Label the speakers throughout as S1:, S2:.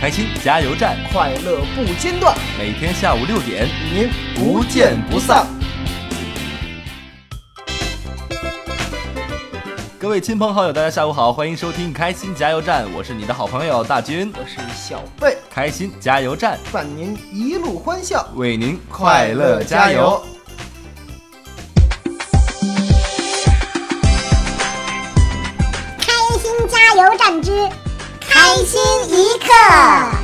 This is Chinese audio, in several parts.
S1: 开心加油站，
S2: 快乐不间断，
S1: 每天下午六点，
S2: 您
S1: 不见不散。各位亲朋好友，大家下午好，欢迎收听开心加油站，我是你的好朋友大军。
S2: 我是小贝，
S1: 开心加油站，
S2: 伴您一路欢笑，
S1: 为您快乐加油。！
S3: 开心加油站之开心一刻。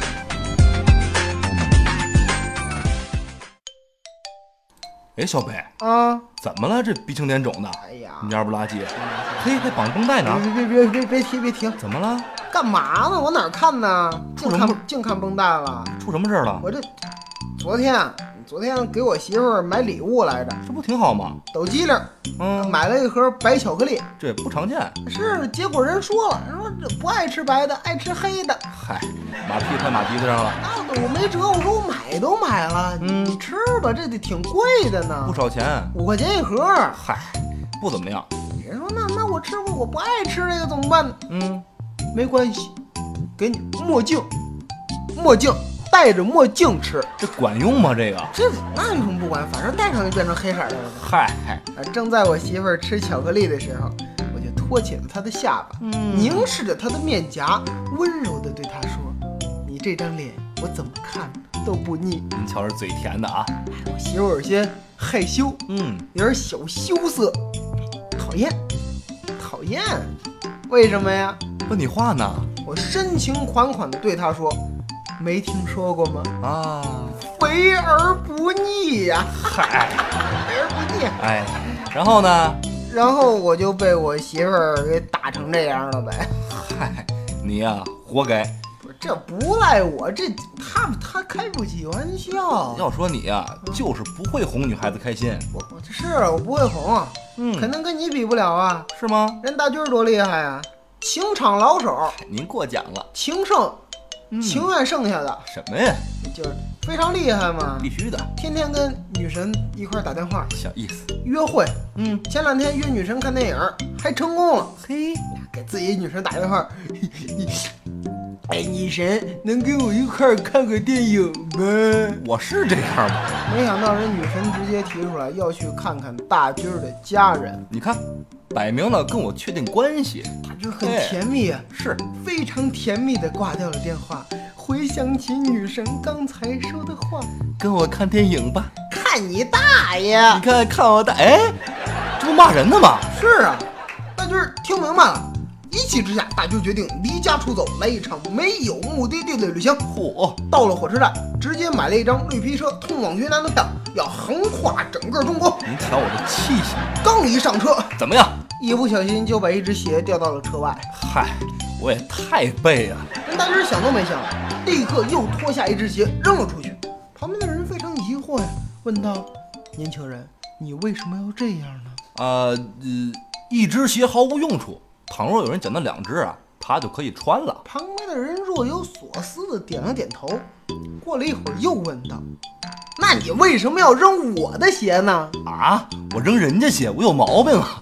S1: 哎，小北，
S2: 啊！
S1: 怎么了？这鼻青脸肿的，
S2: 哎呀
S1: 你二不拉几？嘿，还绑绷带呢？
S2: 别别别别别停别停！
S1: 怎么了？
S2: 干嘛呢？我哪儿看呢？净
S1: 出什么
S2: 看净看绷带了。
S1: 出什么事儿了？
S2: 我这昨天啊昨天给我媳妇儿买礼物来着，
S1: 这不挺好吗？
S2: 抖机灵，
S1: 嗯，
S2: 买了一盒白巧克力。
S1: 这也不常见。
S2: 是，结果人说了，人说这不爱吃白的，爱吃黑的。
S1: 嗨，马屁拍马蹄子上了，
S2: 那我没辙，我说我买都买了，
S1: 嗯
S2: 你吃吧，这得挺贵的呢
S1: 不，少钱。
S2: 五块钱一盒。
S1: 嗨，不怎么样。
S2: 人说那那我吃过，我不爱吃这个怎么办呢？
S1: 嗯，
S2: 没关系，给你墨镜，墨镜戴着墨镜吃，
S1: 这管用吗？这个？
S2: 这那有什么不管？反正戴上就变成黑色的了。
S1: 嗨，
S2: 啊，正在我媳妇儿吃巧克力的时候，我就托起了她的下巴，
S1: 嗯
S2: 凝视着她的面颊，温柔地对她说：“你这张脸，我怎么看都不腻。
S1: 您瞧这嘴甜的啊。”
S2: 我媳妇儿有些害羞，
S1: 嗯，
S2: 有点小羞涩，讨厌，讨厌，为什么呀？
S1: 问你话呢？
S2: 我深情款款地对她说：“没听说过吗？
S1: 啊，
S2: 肥而不腻呀、
S1: 嗨，
S2: 肥而不腻。”
S1: 哎，然后呢？
S2: 然后我就被我媳妇儿给打成这样了呗。
S1: 嗨，你呀、活该。
S2: 不是，这不赖我，这他他开不起玩笑。
S1: 要说你呀、就是不会哄女孩子开心。
S2: 我我这是我不会红啊，
S1: 嗯
S2: 肯定跟你比不了啊。
S1: 是吗？
S2: 人大军儿多厉害啊，情场老手，
S1: 您过奖了。
S2: 情圣，情愿剩下的，
S1: 什么呀？
S2: 就是非常厉害嘛。
S1: 必须的，
S2: 天天跟女神一块儿打电话
S1: 小意思。
S2: 约会，
S1: 嗯，
S2: 前两天约女神看电影儿还成功了，
S1: 嘿，
S2: 给自己女神打电话。 哎，女神，能跟我一块儿看个电影吗？
S1: 我是这样吗？
S2: 没想到人女神直接提出来要去看看大军儿的家人，
S1: 你看，摆明了跟我确定关系。
S2: 大军儿很甜蜜啊，
S1: 是，
S2: 非常甜蜜的挂掉了电话，回想起女神刚才说的话，
S1: 跟我看电影吧。
S2: 看你大爷！
S1: 你看看我的，哎，这不骂人呢吗？
S2: 是啊，大军儿听明白了，一气之下，大军儿决定离家出走，来一场没有目的地的旅行。
S1: 嚯，
S2: 到了火车站，直接买了一张绿皮车通往云南的票，要横跨整个中国。
S1: 您瞧我这气息，
S2: 刚一上车，
S1: 怎么样？
S2: 一不小心就把一只鞋掉到了车外。
S1: 嗨，我也太背了。
S2: 人大军想都没想，立刻又脱下一只鞋扔了出去。旁边的人非常疑惑呀，问道：“年轻人，你为什么要这样呢
S1: 呃，呃一只鞋毫无用处，倘若有人捡到两只啊，他就可以穿了？”。
S2: 旁边的人若有所思的点了点头。过了一会儿，又问道：“那你为什么要扔我的鞋呢
S1: 啊，我扔人家鞋，我有毛病啊！？”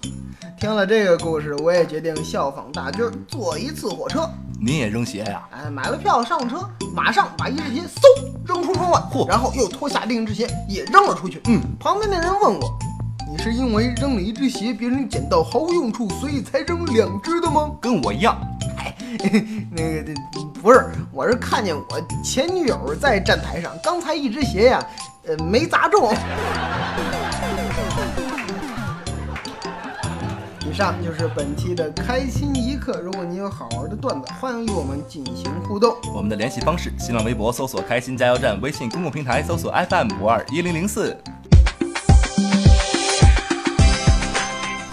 S2: 听了这个故事，我也决定效仿大军儿，坐一次火车。
S1: 您也扔鞋呀、
S2: 哎，买了票上车，马上把一只鞋嗖扔出窗外
S1: 嚯，
S2: 然后又脱下另一只鞋也扔了出去。
S1: 嗯，
S2: 旁边的人问我：“你是因为扔了一只鞋，别人捡到毫无用处，所以才扔两只的吗
S1: 跟我一样。？”
S2: 那个这不是，我是看见我前女友在站台上，刚才一只鞋呀、呃，没砸中。以上就是本期的开心一刻。如果您有好玩的段子，欢迎与我们进行互动。
S1: 我们的联系方式：新浪微博搜索“开心加油站”，微信公众平台搜索 FM 五二一零零四。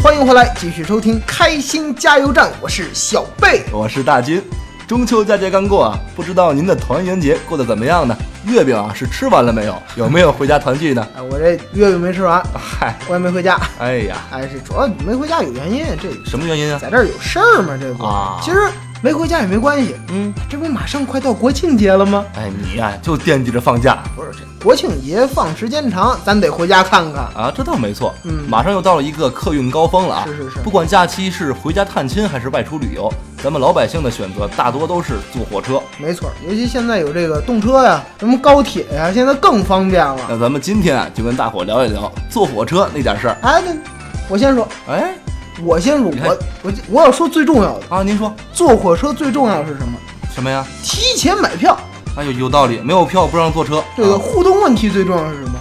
S2: 欢迎回来，继续收听《开心加油站》，我是小贝。
S1: 我是大军。中秋佳节刚过啊，不知道您的团圆节过得怎么样呢？月饼啊是吃完了没有？有没有回家团聚呢？
S2: 啊，我这月饼没吃完，
S1: 嗨，
S2: 我也没回家。
S1: 哎呀，
S2: 哎，是主要没回家有原因，这
S1: 什么原因啊？
S2: 在这儿有事儿嘛，这不、
S1: 啊
S2: 其实没回家也没关系，
S1: 嗯，
S2: 这不马上快到国庆节了吗？
S1: 哎，你呀、就惦记着放假
S2: 不是，这国庆节放时间长，咱得回家看看。
S1: 啊，这倒没错。
S2: 嗯
S1: 马上又到了一个客运高峰了啊！
S2: 是是是
S1: 不管假期是回家探亲还是外出旅游，咱们老百姓的选择大多都是坐火车。
S2: 没错，尤其现在有这个动车呀，什么高铁呀，现在更方便了。
S1: 那咱们今天啊，就跟大伙聊一聊坐火车那点事儿。
S2: 哎，那我先说，
S1: 哎，
S2: 我先说，
S1: 你看
S2: 我我我要说最重要的，
S1: 啊，您说
S2: 坐火车最重要的是什么？
S1: 什么呀？
S2: 提前买票。
S1: 啊，有有道理，没有票不让坐车。
S2: 这个
S1: 啊
S2: 互动问题最重要是什么？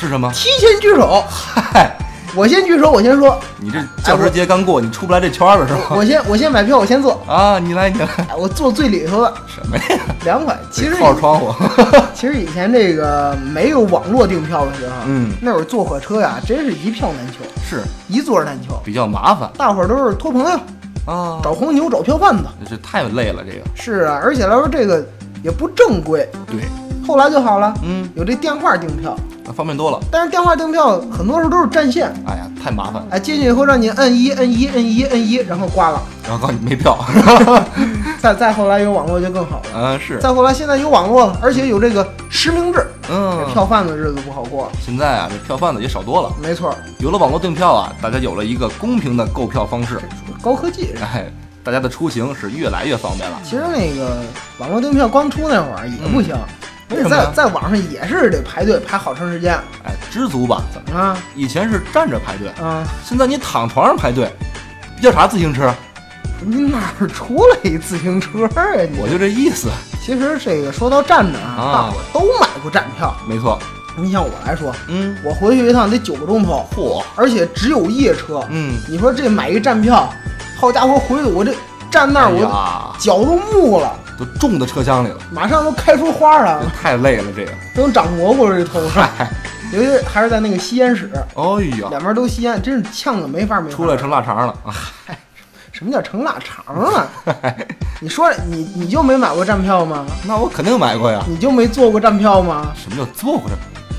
S1: 是 什么？
S2: 提前举手，
S1: 嗨，
S2: 我先举手，我先说，
S1: 你这教师节刚过，你出不来这圈儿了是吧？
S2: 我先我先买票，我先坐，
S1: 啊，你来，你来，
S2: 哎，我坐最里头的，
S1: 什么呀？
S2: 凉快。其实
S1: 靠着窗户。
S2: 其实以前这个没有网络订票的时候，
S1: 嗯
S2: 那会儿坐火车呀，真是一票难求，
S1: 是
S2: 一座难求，
S1: 比较麻烦
S2: 大伙儿都是托朋友，
S1: 啊，
S2: 找红牛，找票贩子。
S1: 这太累了，这个。
S2: 是啊，而且来说这个也不正规。
S1: 对，
S2: 后来就好了，
S1: 嗯，
S2: 有这电话订票，
S1: 那方便多了。
S2: 但是电话订票很多时候都是占线，
S1: 哎呀，太麻烦了。
S2: 哎，进去以后让你摁一摁一摁一摁一，然后挂了。
S1: 然后告诉你没 票。
S2: 再再后来有网络就更好了。
S1: 嗯，是，
S2: 再后来，现在有网络了，而且有这个实名制，这
S1: 嗯，
S2: 票贩子日子不好过了。
S1: 现在啊，这票贩子也少多了。
S2: 没错，
S1: 有了网络订票啊，大家有了一个公平的购票方式
S2: 这，高科技。
S1: 哎，大家的出行是越来越方便了。
S2: 其实那个网络订票刚出那会儿也不行，
S1: 嗯为什么
S2: 在
S1: 呀？
S2: 在网上也是得排队排好长时间
S1: 哎，知足吧。咱们
S2: 啊
S1: 以前是站着排队，
S2: 啊！
S1: 现在你躺床上排队，要啥自行车？
S2: 你哪儿出来一自行车呀、你
S1: 我就这意思。
S2: 其实这个说到站着啊，
S1: 啊
S2: 大伙都买过站票。
S1: 没错，
S2: 你像我来说，
S1: 嗯，
S2: 我回去一趟得九个钟头，
S1: 嚯，
S2: 而且只有夜车。
S1: 嗯，
S2: 你说这买一站票，好家伙，回去我这站那儿我
S1: 哎呀，
S2: 脚都木了，
S1: 都种到车厢里了，
S2: 马上都开出花来
S1: 这
S2: 了，
S1: 太累了，这个。
S2: 都长蘑菇了这头上。
S1: 嗯嗨，
S2: 尤其还是在那个吸烟室，
S1: 哎呀，
S2: 两边都吸烟，真是呛的没法没法。
S1: 出来成腊肠了啊！
S2: 什么叫成腊肠 了？你说你你就没买过站票吗？
S1: 那我肯定买过呀。
S2: 你就没坐过站票吗？
S1: 什么叫坐过站？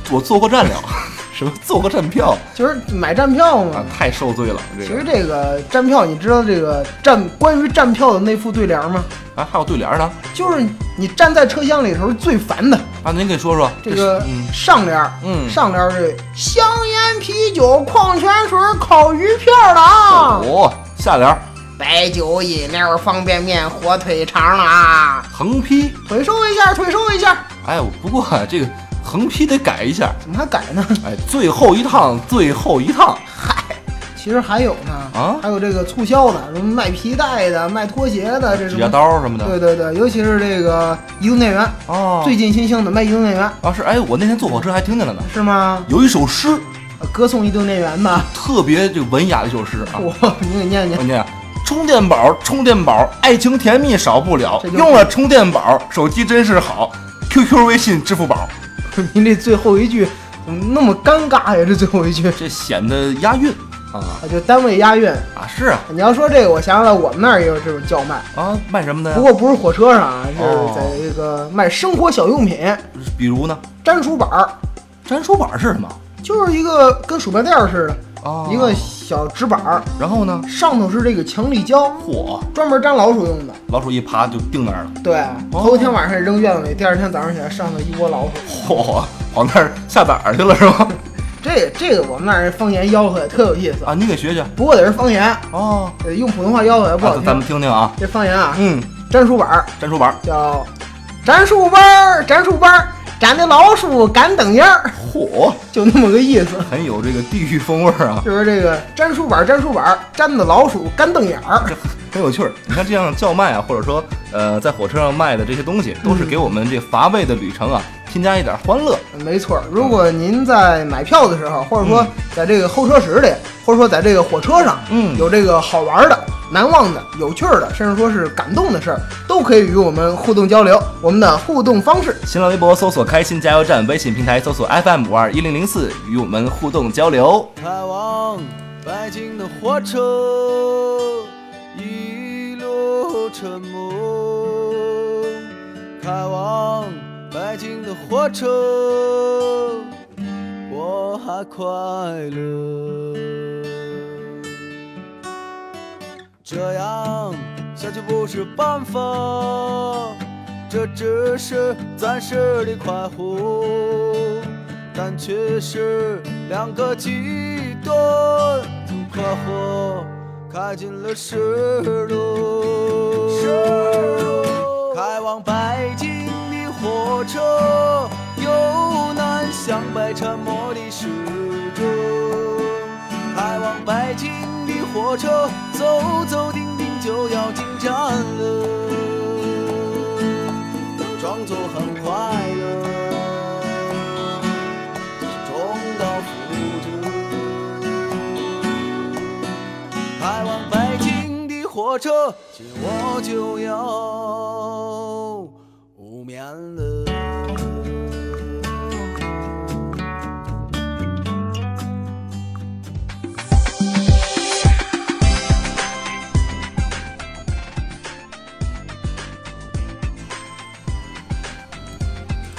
S1: 我坐过站了， 什么坐过站票
S2: 就是买站票嘛
S1: 啊？。太受罪了，
S2: 其
S1: 这
S2: 实
S1: 个
S2: 这个站票，你知道这个站关于站票的内附对联吗？
S1: 啊，还有对联呢
S2: 就是你站在车厢里头是最烦的。
S1: 啊，您给说说
S2: 这个
S1: 是嗯
S2: 上联儿，
S1: 嗯
S2: 上联儿是香烟、啤酒、矿泉水、烤鱼片儿啦，
S1: 哦，下联儿
S2: 白酒、饮料、方便面、火腿肠啦，
S1: 横批，
S2: 腿收一下，腿收一下，
S1: 哎，我不过啊这个横批得改一下，
S2: 怎么还改呢？
S1: 哎，最后一趟，最后一趟，
S2: 其实还有呢，
S1: 啊
S2: 还有这个促销的，什么卖皮带的、卖拖鞋的这
S1: 指
S2: 种
S1: 甲，刀什么的
S2: 对对对，尤其是这个移动电源，
S1: 哦，
S2: 最近新兴的卖移动电源
S1: 啊是，哎，我那天坐火车还听见了呢，
S2: 是吗？呃
S1: 有一首诗
S2: 歌颂移动电源吧，
S1: 特别这个文雅的一首诗啊，
S2: 我你给念 念。
S1: 关键啊。充电宝，充电宝，爱情甜蜜少不了
S2: 这。就是
S1: 用了充电宝，手机真是好。QQ、微信、支付宝，
S2: 您这最后一句怎么那么尴尬呀？这最后一句
S1: 这显得押韵啊
S2: 啊，就单位押韵。
S1: 啊是啊
S2: 你要说这个，我想起来我们那儿也有这种叫卖，
S1: 啊卖什么的
S2: 不
S1: 呀？
S2: 过不是火车上啊，是
S1: 哦
S2: 在这个卖生活小用品，
S1: 比如呢，
S2: 粘鼠板儿，
S1: 粘鼠板是什么？
S2: 就是一个跟鼠标垫儿似的，
S1: 啊
S2: 一个小纸板儿，
S1: 然后呢？
S2: 上头是这个强力胶，
S1: 嚯，
S2: 专门粘老鼠用的。
S1: 老鼠一爬就定那儿了。
S2: 对，
S1: 哦
S2: 头天晚上扔院子里，第二天早上起来上头一窝老鼠。
S1: 嚯，跑那儿下崽儿去了是吧？
S2: 这这个我们那儿方言吆喝也特有意思，
S1: 啊，你给学学
S2: 不过得是方言，
S1: 哦。
S2: 呃用普通话吆喝也不
S1: 啊
S2: 好，
S1: 咱
S2: 听
S1: 们。听听啊，
S2: 这方言啊，
S1: 嗯，
S2: 粘鼠板儿
S1: 粘鼠板。
S2: 叫粘鼠板儿，粘鼠板儿，粘的老鼠赶等烟儿，
S1: 嚯，
S2: 就那么个意思。
S1: 很有这个地域风味儿啊，
S2: 就是这个粘鼠板儿，粘鼠板儿，粘的老鼠干瞪眼儿。
S1: 很有趣儿。你看这样叫卖啊，或者说呃在火车上卖的这些东西，都是给我们这乏味的旅程啊添加一点欢乐。
S2: 没错儿，如果您在买票的时候，或者说
S1: 嗯
S2: 在这个候车室里，或者说在这个火车上，
S1: 嗯
S2: 有这个好玩儿的、难忘的、有趣儿的，甚至说是感动的事儿，都可以与我们互动交流。我们的互动方式
S1: 新浪微博搜索“开心加油站”，微信平台搜索 FM 五二一零零四，与我们互动交流。
S4: 开往北京的火车，一路沉默。开往北京的火车，我还快乐。这样下去不是办法，这只是暂时的快活，但却是两个极端的快活，开进了失落。开往北京的火车，由南向北沉默的驶着。开往北京的火车，走走停停就要进站了。装作很快乐，重蹈覆辙。开往北京的火车，今我就要无眠了。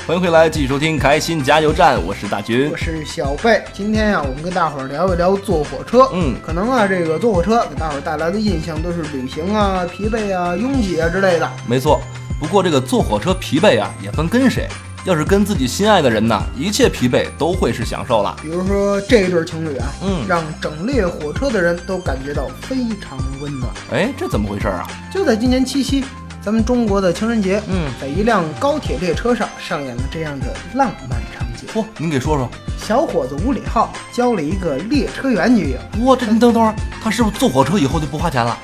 S1: 欢迎回来，继续收听《开心加油站》，我是大军
S2: 我。是小贝，今天啊呀、我们跟大伙儿聊一聊坐火车。
S1: 嗯
S2: 可能啊，这个坐火车给大伙儿带来的印象都是旅行啊、疲惫啊、拥挤啊之类的。
S1: 没错，不过这个坐火车疲惫啊，也分跟谁。要是跟自己心爱的人呢，一切疲惫都会是享受了。
S2: 比如说这一对情侣啊，
S1: 嗯
S2: 让整列火车的人都感觉到非常温暖。
S1: 哎，这怎么回事啊？
S2: 就在今年七夕，咱们中国的情人节，
S1: 嗯，
S2: 在一辆高铁列车上上演了这样的浪漫场景。
S1: 嚯，您给说说。
S2: 小伙子吴礼浩交了一个列车员女友，
S1: 哇，这你等等会儿，他是不是坐火车以后就不花钱了？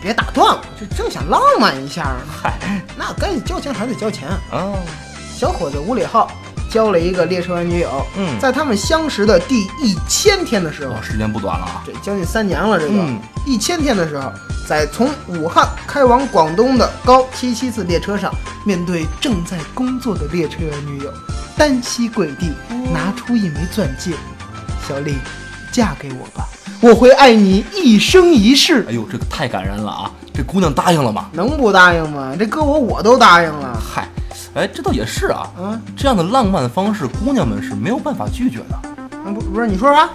S2: 别打断我，这正想浪漫一下呢。
S1: 嗨，
S2: 那该交钱还得交钱啊。
S1: 啊，
S2: 小伙子吴礼浩交了一个列车员女友，
S1: 嗯
S2: 在他们相识的第一千天的时候
S1: 哇，，时间不短了啊。
S2: 这将近三年了，这个、
S1: 嗯
S2: 一千天的时候，在从武汉开往广东的高七七次列车上，面对正在工作的列车员女友，单膝跪地，
S1: 哦
S2: 拿出一枚钻戒，小丽，嫁给我吧，我会爱你一生一世
S1: 哎。呦，这个太感人了啊！这姑娘答应了吗？
S2: 能不答应吗？这搁我我都答应了。
S1: 嗨，哎，这倒也是啊。
S2: 嗯，
S1: 这样的浪漫方式，姑娘们是没有办法拒绝的。
S2: 嗯不不是你说啥？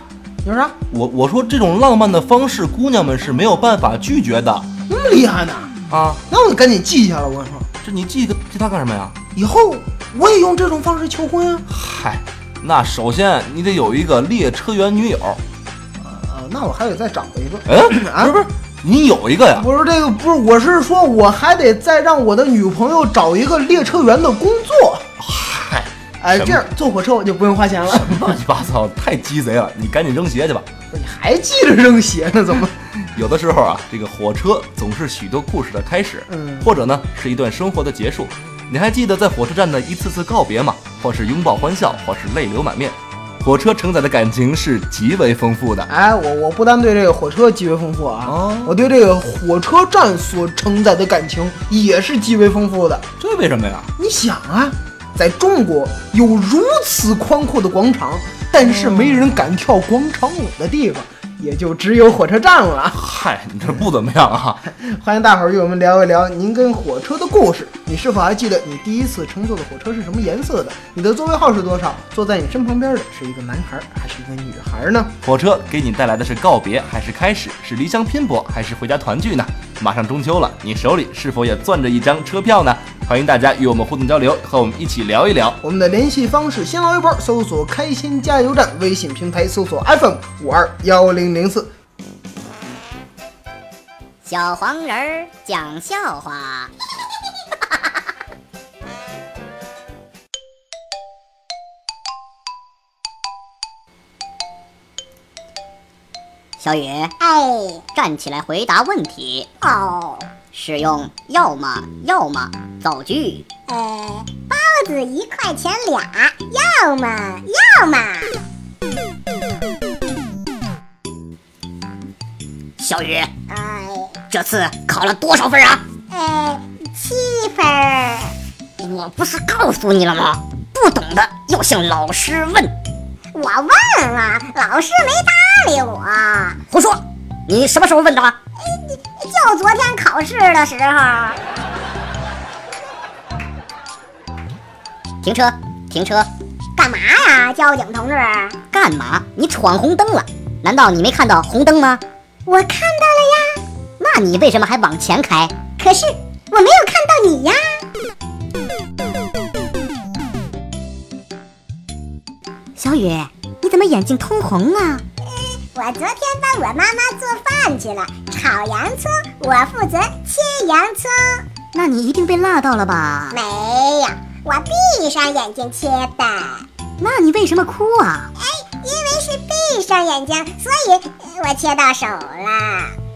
S2: 你说啥？
S1: 我我说这种浪漫的方式，姑娘们是没有办法拒绝的
S2: 那么厉害呢？
S1: 啊！
S2: 那我得赶紧记下了。我跟你说，
S1: 这你记个记它干什么呀？
S2: 以后我也用这种方式求婚啊。
S1: 嗨，那首先你得有一个列车员女友。
S2: 呃，那我还得再找一个。
S1: 嗯，
S2: 啊
S1: 不是不是，你有一个呀？
S2: 我说这个不是，我是说我还得再让我的女朋友找一个列车员的工作。
S1: 嗨，
S2: 哎，
S1: 什么
S2: 这样坐火车我就不用花钱了。哎
S1: 乱七八糟，太鸡贼了！你赶紧扔鞋去吧。
S2: 不是你还记着扔鞋呢？怎么？
S1: 有的时候啊，这个火车总是许多故事的开始，
S2: 嗯
S1: 或者呢是一段生活的结束。你还记得在火车站的一次次告别吗？或是拥抱欢笑，或是泪流满面。火车承载的感情是极为丰富的。
S2: 哎，我我不单对这个火车极为丰富啊，
S1: 哦
S2: 我对这个火车站所承载的感情也是极为丰富的。
S1: 这为什么呀？
S2: 你想啊，在中国有如此宽阔的广场，但是没人敢跳广场舞的地方，也就只有火车站了。
S1: 嗨，你这不怎么样啊！
S2: 欢迎大伙儿与我们聊一聊您跟火车的故事。你是否还记得你第一次乘坐的火车是什么颜色的？你的座位号是多少？坐在你身旁边的是一个男孩儿还是一个女孩儿呢？
S1: 火车给你带来的是告别，还是开始？是离乡拼搏，还是回家团聚呢？马上中秋了，你手里是否也攥着一张车票呢？欢迎大家与我们互动交流，和我们一起聊一聊。
S2: 我们的联系方式：新浪微博搜索“开心加油站”，微信平台搜索 FM 五二幺零零四。
S3: 小黄人儿讲笑话。 小雨，哎，站起来回答问题。哦，是用要么要么造句。呃，包子一块钱俩，要么要么。小雨，哎，这次考了多少分啊？呃，七分。我不是告诉你了吗？不懂的要向老师问。我问了，老师没搭理我。胡说！你什么时候问的？就昨天考试的时候。停车！停车！干嘛呀，交警同志？干嘛？你闯红灯了？难道你没看到红灯吗？我看到了呀。那你为什么还往前开？
S5: 可是我没有看到你呀。
S3: 小雨，你怎么眼睛通红啊？
S5: 我昨天帮我妈妈做饭去了，炒洋葱，我负责切洋葱。
S3: 那你一定被辣到了吧？
S5: 没有，我闭上眼睛切的，
S3: 那你为什么哭啊？
S5: 因为是闭上眼睛，所以呃我切到手了。